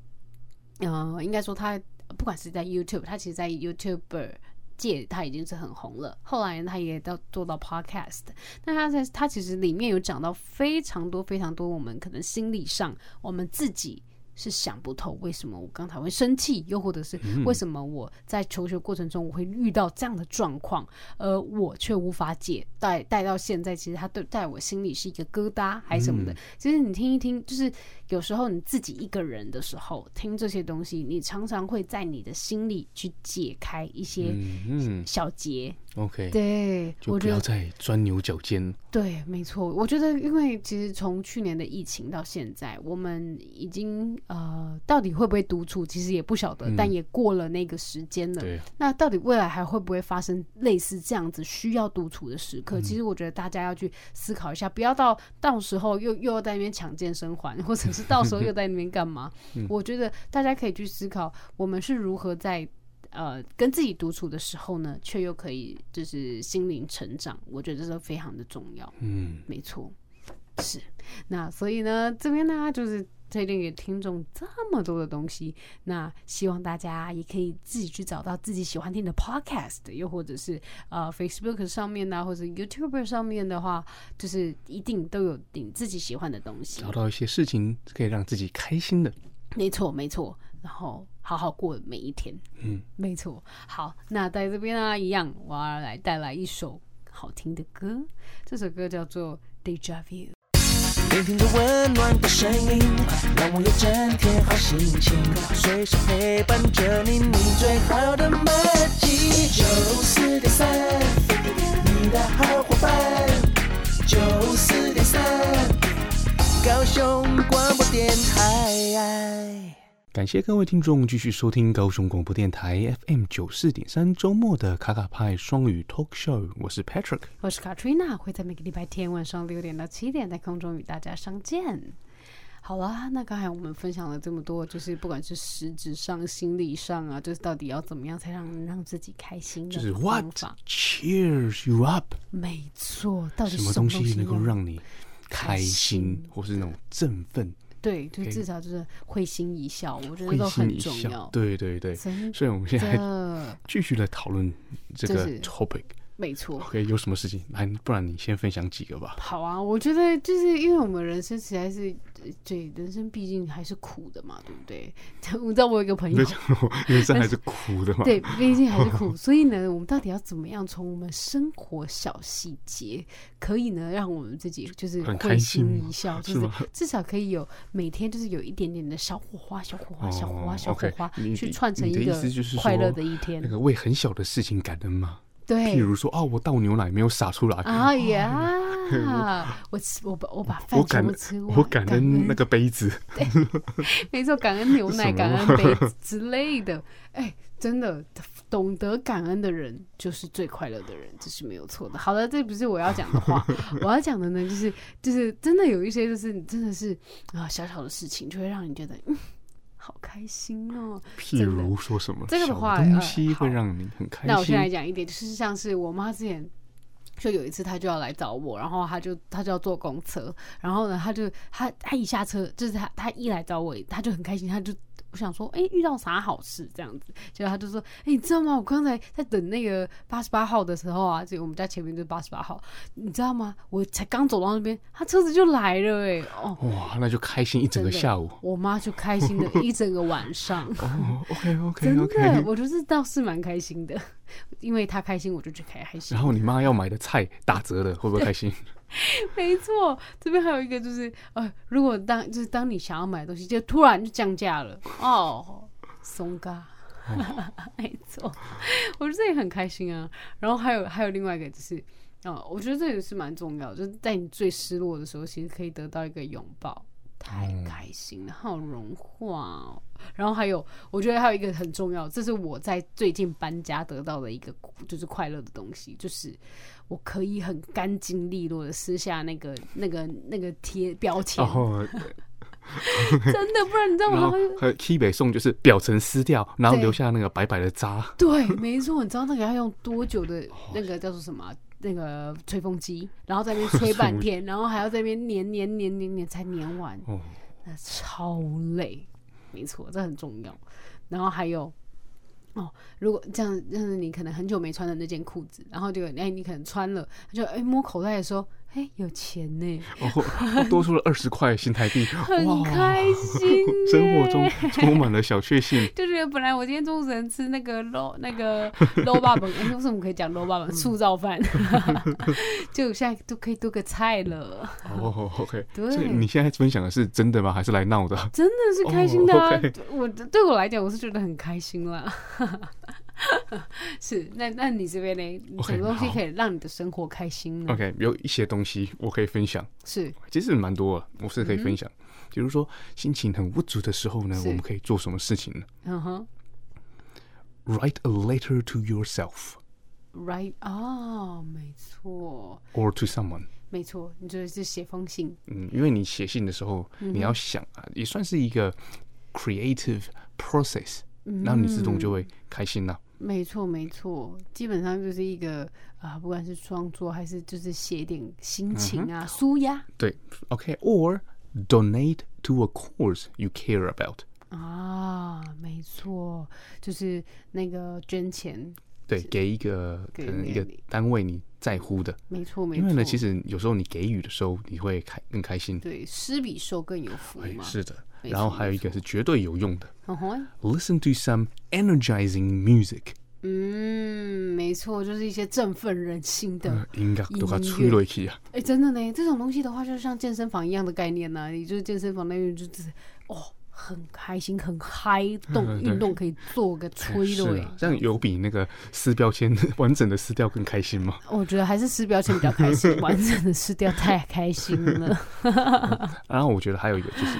Speaker 2: 呃，应该说他不管是在 YouTube，他其实在 YouTuber 界他已经是很红了。后来他也到做到 Podcast，那他在他其实里面有讲到非常多非常多我们可能心理上我们自己。是想不透为什么我刚才会生气，又或者是
Speaker 1: 嗯
Speaker 2: 为什么我在求学过程中我会遇到这样的状况，而我却无法解带带到现在，其实它对在我心里是一个疙瘩还是什么
Speaker 1: 嗯
Speaker 2: 的。其实你听一听，就是有时候你自己一个人的时候听这些东西，你常常会在你的心里去解开一些
Speaker 1: 嗯
Speaker 2: 小结。
Speaker 1: ，OK，
Speaker 2: 对，
Speaker 1: 就
Speaker 2: 我
Speaker 1: 不
Speaker 2: 觉
Speaker 1: 要
Speaker 2: 得
Speaker 1: 再钻牛角尖。
Speaker 2: 对，没错。我觉得，因为其实从去年的疫情到现在，我们已经呃，到底会不会独处，其实也不晓得，但
Speaker 1: 嗯
Speaker 2: 也过了那个时间了。
Speaker 1: 对，
Speaker 2: 那到底未来还会不会发生类似这样子需要独处的时刻？
Speaker 1: 嗯
Speaker 2: 其实我觉得大家要去思考一下，不要到到时候又又要在那边抢健身环，或者是到时候又在那边 干嘛？
Speaker 1: 嗯
Speaker 2: 我觉得大家可以去思考，我们是如何在。呃，跟自己独处的时候呢，却又可以就是心灵成长，我觉得这非常的重要。
Speaker 1: 嗯，
Speaker 2: 没错，是。那所以呢，这边呢就是推荐给听众这么多的东西，那希望大家也可以自己去找到自己喜欢听的 podcast，又或者是呃 Facebook 上面呢、或者 YouTube 上面的话，就是一定都有你自己喜欢的东西
Speaker 1: 找。到一些事情可以让自己开心的。
Speaker 2: 没错，没错。然后好好过每一天。
Speaker 1: 嗯，
Speaker 2: 没错。好，那在这边呢、一样我要来带来一首好听的歌，这首歌叫做《Deja Vu》。
Speaker 3: 聆听着温暖的声音，让我有整天好心情，随时陪伴着你，你最好的默契。九四点三，你的好伙伴。九四点三，高雄广播电台。
Speaker 1: 感谢各位听众继续收听高雄广播电台 FM 九四点三周末的卡卡派双语 Talk Show，我是 Patrick。
Speaker 2: 我是 Katrina，会在每个礼拜天晚上六点到七点在空中与大家相见。好啦，那刚才我们分享了这么多，就是不管是实质上、心理上啊，就是到底要怎么样才让让自己开心
Speaker 1: 就
Speaker 2: 的
Speaker 1: 是
Speaker 2: 方
Speaker 1: What
Speaker 2: 法。
Speaker 1: cheers you up？
Speaker 2: 没错，到底
Speaker 1: 什
Speaker 2: 么
Speaker 1: 么东西能够
Speaker 2: 要
Speaker 1: 让你开
Speaker 2: 开
Speaker 1: 心
Speaker 2: 心，
Speaker 1: 或是那种振奋、
Speaker 2: 对，就
Speaker 1: 给
Speaker 2: 至少就是会心一笑，我觉得
Speaker 1: 会
Speaker 2: 都
Speaker 1: 心
Speaker 2: 很
Speaker 1: 一
Speaker 2: 重
Speaker 1: 笑
Speaker 2: 要。？
Speaker 1: 对对对，
Speaker 2: 真
Speaker 1: 所以我们现在还
Speaker 2: 的，
Speaker 1: 继续来讨论这
Speaker 2: 就
Speaker 1: 个
Speaker 2: 是
Speaker 1: topic。
Speaker 2: 没错。
Speaker 1: OK，有什么事情？来，不然你先分享几个吧。
Speaker 2: 好啊，我觉得就是因为我们人生实在是，对人生毕竟还是苦的嘛，对不对？ 你知道我有一个朋
Speaker 1: 你在
Speaker 2: 友，
Speaker 1: 讲我人生还是苦的嘛？
Speaker 2: 对，毕 竟还是苦，所以呢，我们到底要怎么样从我们生活小细节，可以呢让我们自己就是
Speaker 1: 很
Speaker 2: 会
Speaker 1: 开心
Speaker 2: 心
Speaker 1: 吗
Speaker 2: 一笑，
Speaker 1: 是
Speaker 2: 就
Speaker 1: 吗
Speaker 2: 是 至少可以有每天就是有一点点的小火花、小火花、小火花、
Speaker 1: 哦
Speaker 2: 小火
Speaker 1: ，OK，
Speaker 2: 花，
Speaker 1: 你
Speaker 2: 去
Speaker 1: 你
Speaker 2: 串成
Speaker 1: 你的
Speaker 2: 一
Speaker 1: 意
Speaker 2: 个
Speaker 1: 思就是
Speaker 2: 快乐
Speaker 1: 说
Speaker 2: 的一天
Speaker 1: 那。个为很小的事情感恩嘛，
Speaker 2: 对
Speaker 1: 譬，如说啊，我倒牛奶没有洒出来，
Speaker 2: 啊呀， 我吃我把我把
Speaker 1: 我
Speaker 2: 饭全
Speaker 1: 感
Speaker 2: 部吃完，
Speaker 1: 我感恩那个杯子，
Speaker 2: 没错，感恩牛奶、
Speaker 1: 什么
Speaker 2: 感恩杯子之类的。哎，真的，懂得感恩的人就是最快乐的人，这是没有错的。好的，这不是我要讲的话，我要讲的呢，就是就是真的有一些，就是你真的是啊、小小的事情，就会让你觉得嗯，好开心哦。
Speaker 1: 譬如说什么
Speaker 2: 这个的
Speaker 1: 小
Speaker 2: 话
Speaker 1: 东
Speaker 2: 呃
Speaker 1: 西
Speaker 2: 好
Speaker 1: 会让你很开心。
Speaker 2: 那我先来讲一点，就是像是我妈之前。就有一次，她就要来找我，然后她就她就要坐公车，然后呢，她就她她一下车，就是她她一来找我，她就很开心，她就我想说，哎、遇到啥好事这样子，结果她就说，哎、你知道吗？我刚才在等那个八十八号的时候啊，就我们家前面就是八十八号，你知道吗？我才刚走到那边，她车子就来了、哎，哦，
Speaker 1: 哇，那就开心一整个
Speaker 2: 真的
Speaker 1: 下午。
Speaker 2: 我妈就开心的一整个晚上。
Speaker 1: 哦，OK OK
Speaker 2: 真的
Speaker 1: OK。
Speaker 2: 我觉得这倒是蛮开心的， 因为她开心，我就觉得开开心
Speaker 1: 然。后你妈要买的菜打折了，会不会开心？
Speaker 2: 没错，这边还有一个就是，呃，如果当就是当你想要买的东西，就突然就降价了，哦，松嘎，
Speaker 1: 哦
Speaker 2: 没错，我觉得这也很开心啊。然后还有还有另外一个就是，哦，我觉得这也是蛮重要的，就是在你最失落的时候，其实可以得到一个拥抱。太开心了，好融化哦！然后还有，我觉得还有一个很重要，这是我在最近搬家得到的一个就是快乐的东西，就是我可以很干净利落的撕下那个那个那个贴标签
Speaker 1: 然，后，
Speaker 2: 真的，不然你知道
Speaker 1: 哦 然后
Speaker 2: 我会。
Speaker 1: 和 k 北送就是表层撕掉，然后
Speaker 2: 哦对
Speaker 1: 留下那个白白的渣。
Speaker 2: 对，没错，你知道那个要用多久的
Speaker 1: 哦
Speaker 2: 那个叫做什么啊、那个吹 风机，然后在那边吹半天，然后还要在那边粘粘粘粘粘才粘完，
Speaker 1: 哦，
Speaker 2: 那超累。没错，这很重要。然后还有。哦，如果这样，这样你可能很久没穿的那件裤子，然后就哎，你可能穿了，就哎摸口袋的时候，哎、有钱呢，
Speaker 1: 哦，多出了二十块新台币，
Speaker 2: 很
Speaker 1: 哇！。
Speaker 2: 开心
Speaker 1: 生活
Speaker 2: 耶
Speaker 1: 中 充满了小确幸，
Speaker 2: 就觉得本来我今天中午只能吃那个肉那个 肉霸本，哎为什么可以讲肉霸
Speaker 1: 嗯
Speaker 2: 本？素造饭， 就现在都可以多个菜了，
Speaker 1: 哦，OK，
Speaker 2: 对
Speaker 1: 所以你现在分享的是真的吗？还是来闹的？
Speaker 2: 真的是开心的、啊。
Speaker 1: 哦，OK
Speaker 2: 我对我来讲，我是觉得很开心啦。 是，那那你这边呢？你什
Speaker 1: OK，
Speaker 2: 么东西
Speaker 1: 好
Speaker 2: 可以让你的生活开心呢
Speaker 1: OK，有一些东西我可以分享，
Speaker 2: 是
Speaker 1: 其实蛮多的，我是可以分享。比如说心情很无助的时候呢，
Speaker 2: 嗯是
Speaker 1: 我们可以做什么事情呢
Speaker 2: 嗯哼
Speaker 1: ？Write a letter to yourself
Speaker 2: ，right 哦，没错，
Speaker 1: or to someone。
Speaker 2: 没错，你就是写封信，
Speaker 1: 嗯，因为你写信的时候，
Speaker 2: 嗯
Speaker 1: 你要想啊，也算是一个 creative process，然
Speaker 2: 嗯
Speaker 1: 后你自动就会开心啦、
Speaker 2: 没错，没错，基本上就是一个啊，不管是创作还是就是写点
Speaker 1: 嗯
Speaker 2: 心情啊，舒压
Speaker 1: 对，OK，or、donate to a cause you care about。
Speaker 2: 啊，没错，就是那个捐钱，
Speaker 1: 对，给一个可
Speaker 2: 给
Speaker 1: 能
Speaker 2: 那
Speaker 1: 一个
Speaker 2: 里
Speaker 1: 单位你在乎的，
Speaker 2: 没错，没错。
Speaker 1: 因为呢，其实有时候你给予的时候，你会开更开心。
Speaker 2: 对施比受更有福
Speaker 1: 哎
Speaker 2: 嘛，
Speaker 1: 是的。
Speaker 2: 没
Speaker 1: 然后
Speaker 2: 错
Speaker 1: 还有
Speaker 2: 没
Speaker 1: 一个是绝对有用的
Speaker 2: 嗯哼，
Speaker 1: ，listen to some energizing music，
Speaker 2: 嗯，没错，就是一些振奋人心的。
Speaker 1: 呃音乐都给它
Speaker 2: 音
Speaker 1: 吹
Speaker 2: 乐
Speaker 1: 落去啊，
Speaker 2: 哎、真的呢，这种东西的话，就像健身房一样的概念呢、也就是健身房那边就是哦，很开心，很 嗨，动
Speaker 1: 嗯对
Speaker 2: 运动可以做个
Speaker 1: 哎
Speaker 2: 催
Speaker 1: 是
Speaker 2: 泪、
Speaker 1: 啊，这样有比那个撕标签 完整的撕掉更开心吗？
Speaker 2: 我觉得还是撕标签比较 开心，完整的撕掉太开心了。
Speaker 1: 然啊后我觉得还有一个就是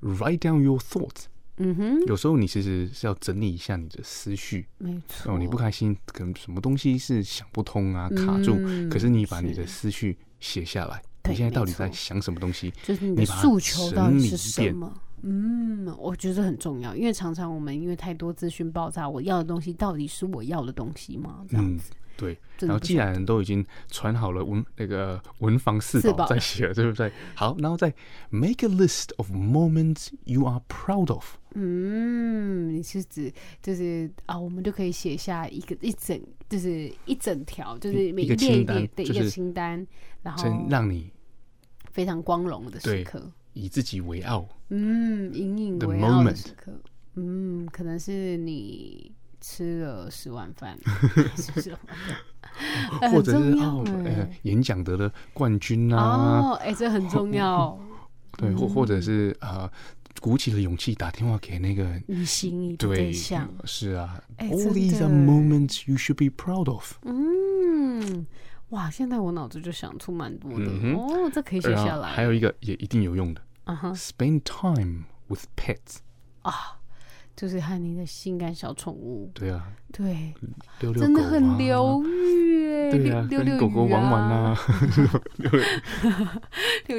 Speaker 1: write down your thoughts，
Speaker 2: 嗯哼，
Speaker 1: 有时候你其实是要整理一下你的思绪，
Speaker 2: 没错。
Speaker 1: 哦，你不开心，可能什么东西是想不通啊，卡住，
Speaker 2: 嗯
Speaker 1: 可是你把你
Speaker 2: 是
Speaker 1: 的思绪写下来，
Speaker 2: 对
Speaker 1: 你现在到底
Speaker 2: 没错
Speaker 1: 在想什么东西？
Speaker 2: 就是你
Speaker 1: 你
Speaker 2: 的
Speaker 1: 把它
Speaker 2: 诉求到
Speaker 1: 整
Speaker 2: 底是
Speaker 1: 理一
Speaker 2: 什
Speaker 1: 遍
Speaker 2: 么？嗯，我觉得很重要，因为常常我们因为太多资讯爆炸，我要的东西到底是我要的东西吗？这样
Speaker 1: 嗯
Speaker 2: 子，，
Speaker 1: 对。然
Speaker 2: 真的
Speaker 1: 后
Speaker 2: 不
Speaker 1: 既
Speaker 2: 晓
Speaker 1: 然都已经传好了文那个文房四
Speaker 2: 四
Speaker 1: 宝
Speaker 2: 宝
Speaker 1: 再写了，对不对？好，然后再 make a list of moments you are proud of。
Speaker 2: 嗯，你是指就是啊，我们就可以写下一个一整，就是一整条，就是
Speaker 1: 一
Speaker 2: 每
Speaker 1: 一个
Speaker 2: 列一
Speaker 1: 清单
Speaker 2: 列的
Speaker 1: 就
Speaker 2: 一个
Speaker 1: 是
Speaker 2: 清单，然后
Speaker 1: 真让你
Speaker 2: 非常光荣的时
Speaker 1: 对
Speaker 2: 刻。
Speaker 1: 以自己为傲，
Speaker 2: 嗯，引以
Speaker 1: The
Speaker 2: 为傲的
Speaker 1: moment
Speaker 2: 时刻。嗯，可能是你吃了十碗 饭，是不是？哎
Speaker 1: 或者
Speaker 2: 很
Speaker 1: 是
Speaker 2: 重要
Speaker 1: 哦，呃
Speaker 2: 哎，
Speaker 1: 演讲得了冠军啊，
Speaker 2: 哦，嗯哎、这很重 要，
Speaker 1: 对，或或者是呃，鼓起了勇气打电话给那个
Speaker 2: 你心仪的
Speaker 1: 对
Speaker 2: 对象。
Speaker 1: 是啊
Speaker 2: 哎
Speaker 1: ，All
Speaker 2: 真
Speaker 1: these are
Speaker 2: 的
Speaker 1: moments you should be proud of。
Speaker 2: 嗯，哇，现在我脑子就想出蛮多的、
Speaker 1: 嗯哼
Speaker 2: 哦，这可以写
Speaker 1: 然
Speaker 2: 下
Speaker 1: 后
Speaker 2: 来。
Speaker 1: 还有一个也一定有用的
Speaker 2: 啊哈，
Speaker 1: ，spend time with pets。
Speaker 2: 就是和你的性感小宠物，
Speaker 1: 对啊，
Speaker 2: 对，
Speaker 1: 遛遛
Speaker 2: 真的
Speaker 1: 狗
Speaker 2: 很
Speaker 1: 啊
Speaker 2: 疗愈哎，
Speaker 1: 对啊，
Speaker 2: 溜
Speaker 1: 跟
Speaker 2: 溜
Speaker 1: 狗狗
Speaker 2: 鱼
Speaker 1: 玩玩
Speaker 2: 啊，
Speaker 1: 啊，
Speaker 2: 溜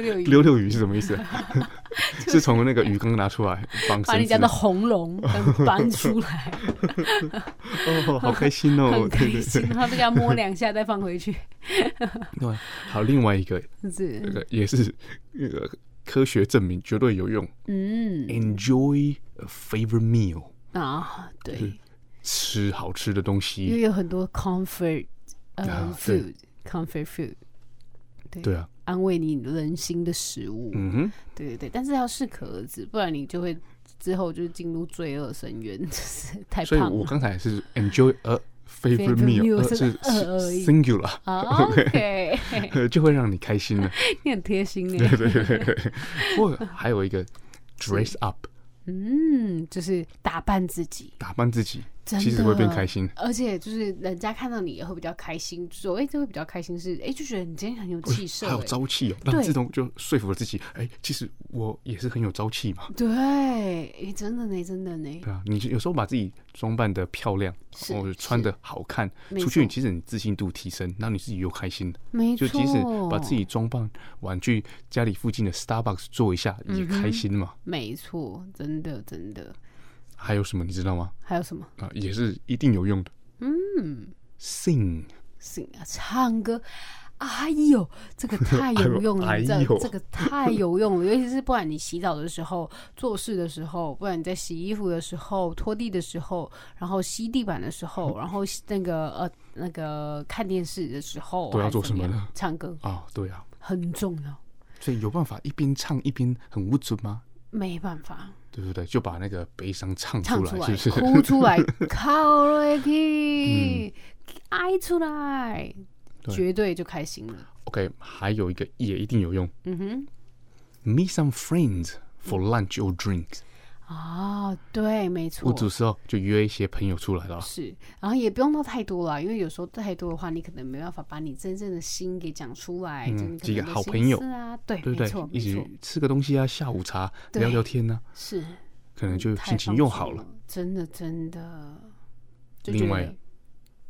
Speaker 2: 溜鱼，
Speaker 1: 溜溜鱼是什么意 思啊？是从那个鱼缸拿出来绑
Speaker 2: 把
Speaker 1: 绳
Speaker 2: 你
Speaker 1: 子
Speaker 2: 家的红龙 刚搬出来。
Speaker 1: 哦，好开心哦
Speaker 2: 很，开
Speaker 1: 对对
Speaker 2: 心，
Speaker 1: 对
Speaker 2: 然后再给它摸两下，再放 回去，
Speaker 1: 对。好，另外一个这
Speaker 2: 是
Speaker 1: 个也是那个科学证明绝对有用
Speaker 2: 嗯
Speaker 1: ，enjoy a favorite meal，
Speaker 2: 啊，
Speaker 1: 是
Speaker 2: 对，
Speaker 1: 吃好吃的东
Speaker 2: 因为
Speaker 1: 西。
Speaker 2: 有很多 comfort 呃
Speaker 1: 啊对
Speaker 2: food comfort food，对
Speaker 1: 对啊，
Speaker 2: 安慰你人心的食物，
Speaker 1: 嗯哼，
Speaker 2: 对对对，但是要适可而止，不然你就会之后就进入罪恶深渊， 就是太
Speaker 1: 所以
Speaker 2: 胖
Speaker 1: 我
Speaker 2: 了。
Speaker 1: 刚才是 enjoy a favorite
Speaker 2: Favorite
Speaker 1: meal，
Speaker 2: meal，
Speaker 1: 呃
Speaker 2: 是
Speaker 1: 是
Speaker 2: 呃而已
Speaker 1: singular，
Speaker 2: 啊 OK，
Speaker 1: 呃 就会让你开心 的。
Speaker 2: 你很贴心
Speaker 1: 对
Speaker 2: 呢。
Speaker 1: 对对对对，或者还有一 个 dress up，
Speaker 2: 嗯，就是打扮自己，
Speaker 1: 打扮自己，
Speaker 2: 真的
Speaker 1: 其实会变开心。
Speaker 2: 而且就是人家看到你也会比较开心，就说哎、这会比较开心是哎、就觉得你今天很有气势、
Speaker 1: 还有
Speaker 2: 哎
Speaker 1: 朝气哦，
Speaker 2: 对
Speaker 1: 让自动就说服了自己，哎，其实我也是很有朝气嘛，
Speaker 2: 对，哎，真的呢，真的呢，
Speaker 1: 对啊，你有时候把自己装扮的漂亮，
Speaker 2: 是
Speaker 1: 或者穿的好看，
Speaker 2: 没
Speaker 1: 出去
Speaker 2: 错
Speaker 1: 其实你自信度提升，那你自己又开心的，
Speaker 2: 没
Speaker 1: 就
Speaker 2: 错。
Speaker 1: 即使把自己装扮完去家里附近的 Starbucks 坐一下
Speaker 2: 嗯
Speaker 1: 也开心嘛。
Speaker 2: 没错，真的真的，
Speaker 1: 还有什么你知道吗？
Speaker 2: 还有什么？
Speaker 1: 啊，也是一定有用的
Speaker 2: 嗯，
Speaker 1: ，sing。
Speaker 2: 行啊，唱歌。哎呦，这个太有用 了！
Speaker 1: 哎呦
Speaker 2: 你知道
Speaker 1: 哎呦
Speaker 2: 这个太有用了，尤 其是不然你洗澡的时候、做事的时候，不然你在洗衣服的时候、拖地的时候，然后吸地板的时候，然后那个呃那个看电视的时候
Speaker 1: 都要
Speaker 2: 还是
Speaker 1: 做
Speaker 2: 怎
Speaker 1: 什么
Speaker 2: 样
Speaker 1: 呢
Speaker 2: 唱歌
Speaker 1: 啊，对啊，
Speaker 2: 很重要，
Speaker 1: 所以有办法一边唱一边很无准吗？
Speaker 2: 没办法
Speaker 1: 对不对？就把那个悲伤唱
Speaker 2: 唱
Speaker 1: 出
Speaker 2: 出
Speaker 1: 来，
Speaker 2: 来，哦
Speaker 1: 是不是？嗯
Speaker 2: 哭出 来，靠了去，爱出来，
Speaker 1: 对
Speaker 2: 绝对就开心了。
Speaker 1: OK，还有一个也一定有用
Speaker 2: 嗯哼，
Speaker 1: ，meet some friends for lunch or drinks。
Speaker 2: 哦，对，没错
Speaker 1: 我，有时候就约一些朋友出来了，
Speaker 2: 是，然后也不用到太多啦，因为有时候太多的话，你可能没办法把你真正的心给讲出来，
Speaker 1: 嗯
Speaker 2: 就你可
Speaker 1: 几个
Speaker 2: 能的
Speaker 1: 好
Speaker 2: 心
Speaker 1: 朋友
Speaker 2: 思啊，对，
Speaker 1: 对不
Speaker 2: 没
Speaker 1: 对
Speaker 2: 错，？没
Speaker 1: 一
Speaker 2: 错，
Speaker 1: 起吃个东西啊，下午茶
Speaker 2: 对
Speaker 1: 聊聊天呢、
Speaker 2: 是，
Speaker 1: 可能就
Speaker 2: 太
Speaker 1: 心情
Speaker 2: 放
Speaker 1: 又
Speaker 2: 松
Speaker 1: 好了。，
Speaker 2: 真的真的。就
Speaker 1: 另
Speaker 2: 觉
Speaker 1: 外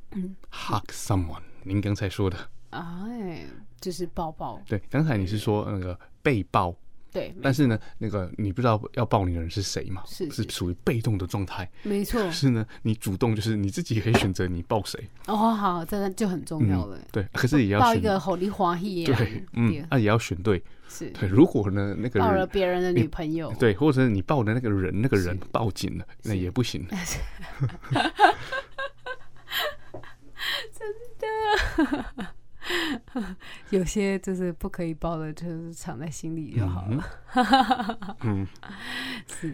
Speaker 2: 得
Speaker 1: Hug someone，您刚才说的，
Speaker 2: 哎，就是抱抱，
Speaker 1: 对，刚才你是说那个被抱，
Speaker 2: 对，没
Speaker 1: 但是呢，那个你不知道要抱你的人是谁嘛，
Speaker 2: 是是
Speaker 1: 属于被动的状态。
Speaker 2: 没错，
Speaker 1: 可是呢，你主动就是你自己可以选择你抱谁，
Speaker 2: 哦，好，这就很重要了
Speaker 1: 嗯。，对，可是也要
Speaker 2: 抱
Speaker 1: 选
Speaker 2: 一个好利花意，
Speaker 1: 对，嗯，那、也要选对，
Speaker 2: 啊是
Speaker 1: 对。如果呢，那个
Speaker 2: 抱了
Speaker 1: 人
Speaker 2: 别人的女朋友，
Speaker 1: 对，或者是你抱的那个人，那个人抱紧了，那也不行。
Speaker 2: 有些就是不可以抱的，就是藏在心里就好了。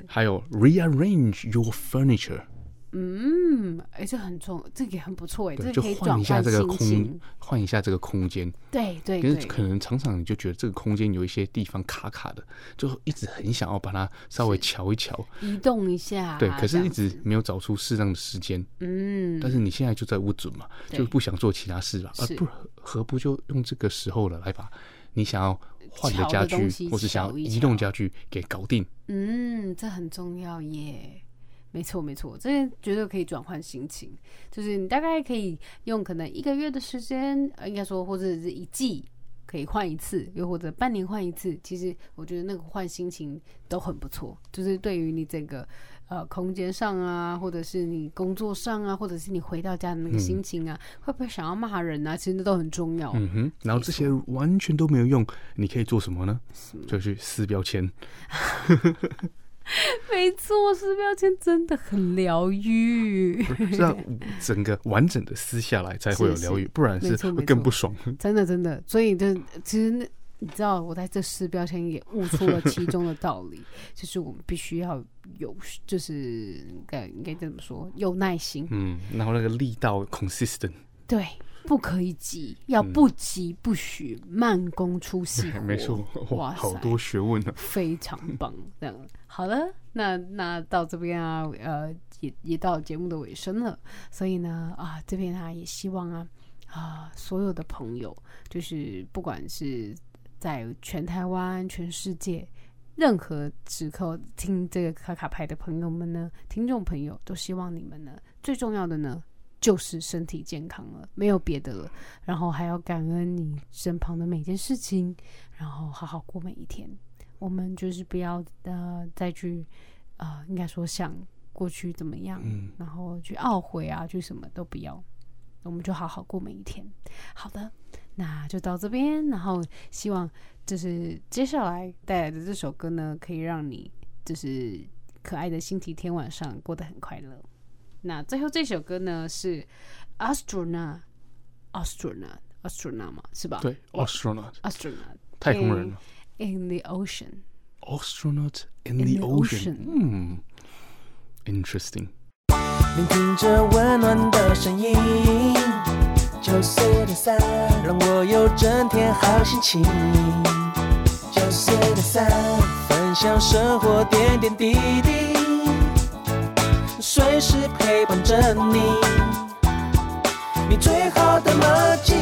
Speaker 1: 还有 rearrange your furniture，
Speaker 2: 嗯，哎，这很重，这个也很不错哎，
Speaker 1: 对，
Speaker 2: 个
Speaker 1: 就
Speaker 2: 可以
Speaker 1: 换
Speaker 2: 转
Speaker 1: 一下
Speaker 2: 换
Speaker 1: 这个
Speaker 2: 心
Speaker 1: 空
Speaker 2: 情。，
Speaker 1: 换一下这个空间。
Speaker 2: 对对
Speaker 1: 可
Speaker 2: 对
Speaker 1: 是，可能常常你就觉得这个空间有一些地方卡卡的，就一直很想要把它稍微瞧一瞧，
Speaker 2: 移动一下。
Speaker 1: 对，可
Speaker 2: 啊这
Speaker 1: 是一
Speaker 2: 样
Speaker 1: 直
Speaker 2: 子
Speaker 1: 没有找出适当的时间。
Speaker 2: 嗯，
Speaker 1: 但是你现在就在屋准嘛，
Speaker 2: 对
Speaker 1: 就不想做其他事了，而
Speaker 2: 是
Speaker 1: 不何何不就用这个时候了来把你想要换的
Speaker 2: 巧
Speaker 1: 家
Speaker 2: 的东西
Speaker 1: 具，或是想要
Speaker 2: 瞧一
Speaker 1: 移动
Speaker 2: 瞧
Speaker 1: 家具给搞定。
Speaker 2: 嗯，这很重要耶。没错，没错，这绝对可以转换心情。就是你大概可以用可能一个月的时间，呃应该说或者是一季可以换一次，又或者半年换一次。其实我觉得那个换心情都很不错，就是对于你整个呃空间上啊，或者是你工作上啊，或者是你回到家的那个心情啊，会不会想要骂人啊？其实那都很重要。
Speaker 1: 嗯哼，然后这些完全都没有用，你可以做什么呢？就去撕标签。
Speaker 2: 没错，撕标签真的很疗愈。
Speaker 1: 是要整个完整的撕下来才会有
Speaker 2: 是
Speaker 1: 疗愈，
Speaker 2: 是
Speaker 1: 不然是
Speaker 2: 没错
Speaker 1: 会
Speaker 2: 没
Speaker 1: 更
Speaker 2: 错
Speaker 1: 不爽。
Speaker 2: 真的真的，所以这其实那你知道，我在这四标签也悟出了其中的道理， 就是我们必须要有，就是该应该怎么说，有耐心，
Speaker 1: 嗯，然后那个力道 consistent
Speaker 2: 对，不可以急，要不急不徐，慢工出细活，
Speaker 1: 嗯 没错，哇，
Speaker 2: 哇
Speaker 1: 好
Speaker 2: 塞
Speaker 1: 多学问啊。
Speaker 2: 非常棒。这样好了，那那到这边啊，呃，也也到节目的尾声了，所以呢，啊，这边啊，也希望啊啊，所有的朋友，就是不管是在全台湾、全世界。任何时刻听这个卡卡牌的朋友们呢，听众朋友都希望你们呢，最重要的呢就是身体健康了，没有别的了。然后还要感恩你身旁的每件事情，然后好好过每一天。我们就是不要呃再去呃，应该说想过去怎么样，
Speaker 1: 嗯
Speaker 2: 然后去懊悔啊，去什么都不要，我们就好好过每一天。好的，那就到这边，然后希望就是接下来带来的这首歌呢，可以让你就是可爱的星期天晚上过得很快乐。那最后这首歌呢是 Astronaut Astronaut Astronaut 嘛，是吧？
Speaker 1: 对，astronaut
Speaker 2: ，Astronaut
Speaker 1: 太空人嘛
Speaker 2: in the ocean。
Speaker 1: ，astronaut in
Speaker 2: 嗯 In
Speaker 1: the
Speaker 2: the
Speaker 1: ocean
Speaker 2: ocean。
Speaker 1: 嗯，interesting。
Speaker 3: 聆听着温暖的声音。九岁的伞，让我有整天好心情。九岁的伞，分享生活点点滴滴，随时陪伴着你，你最好的默契。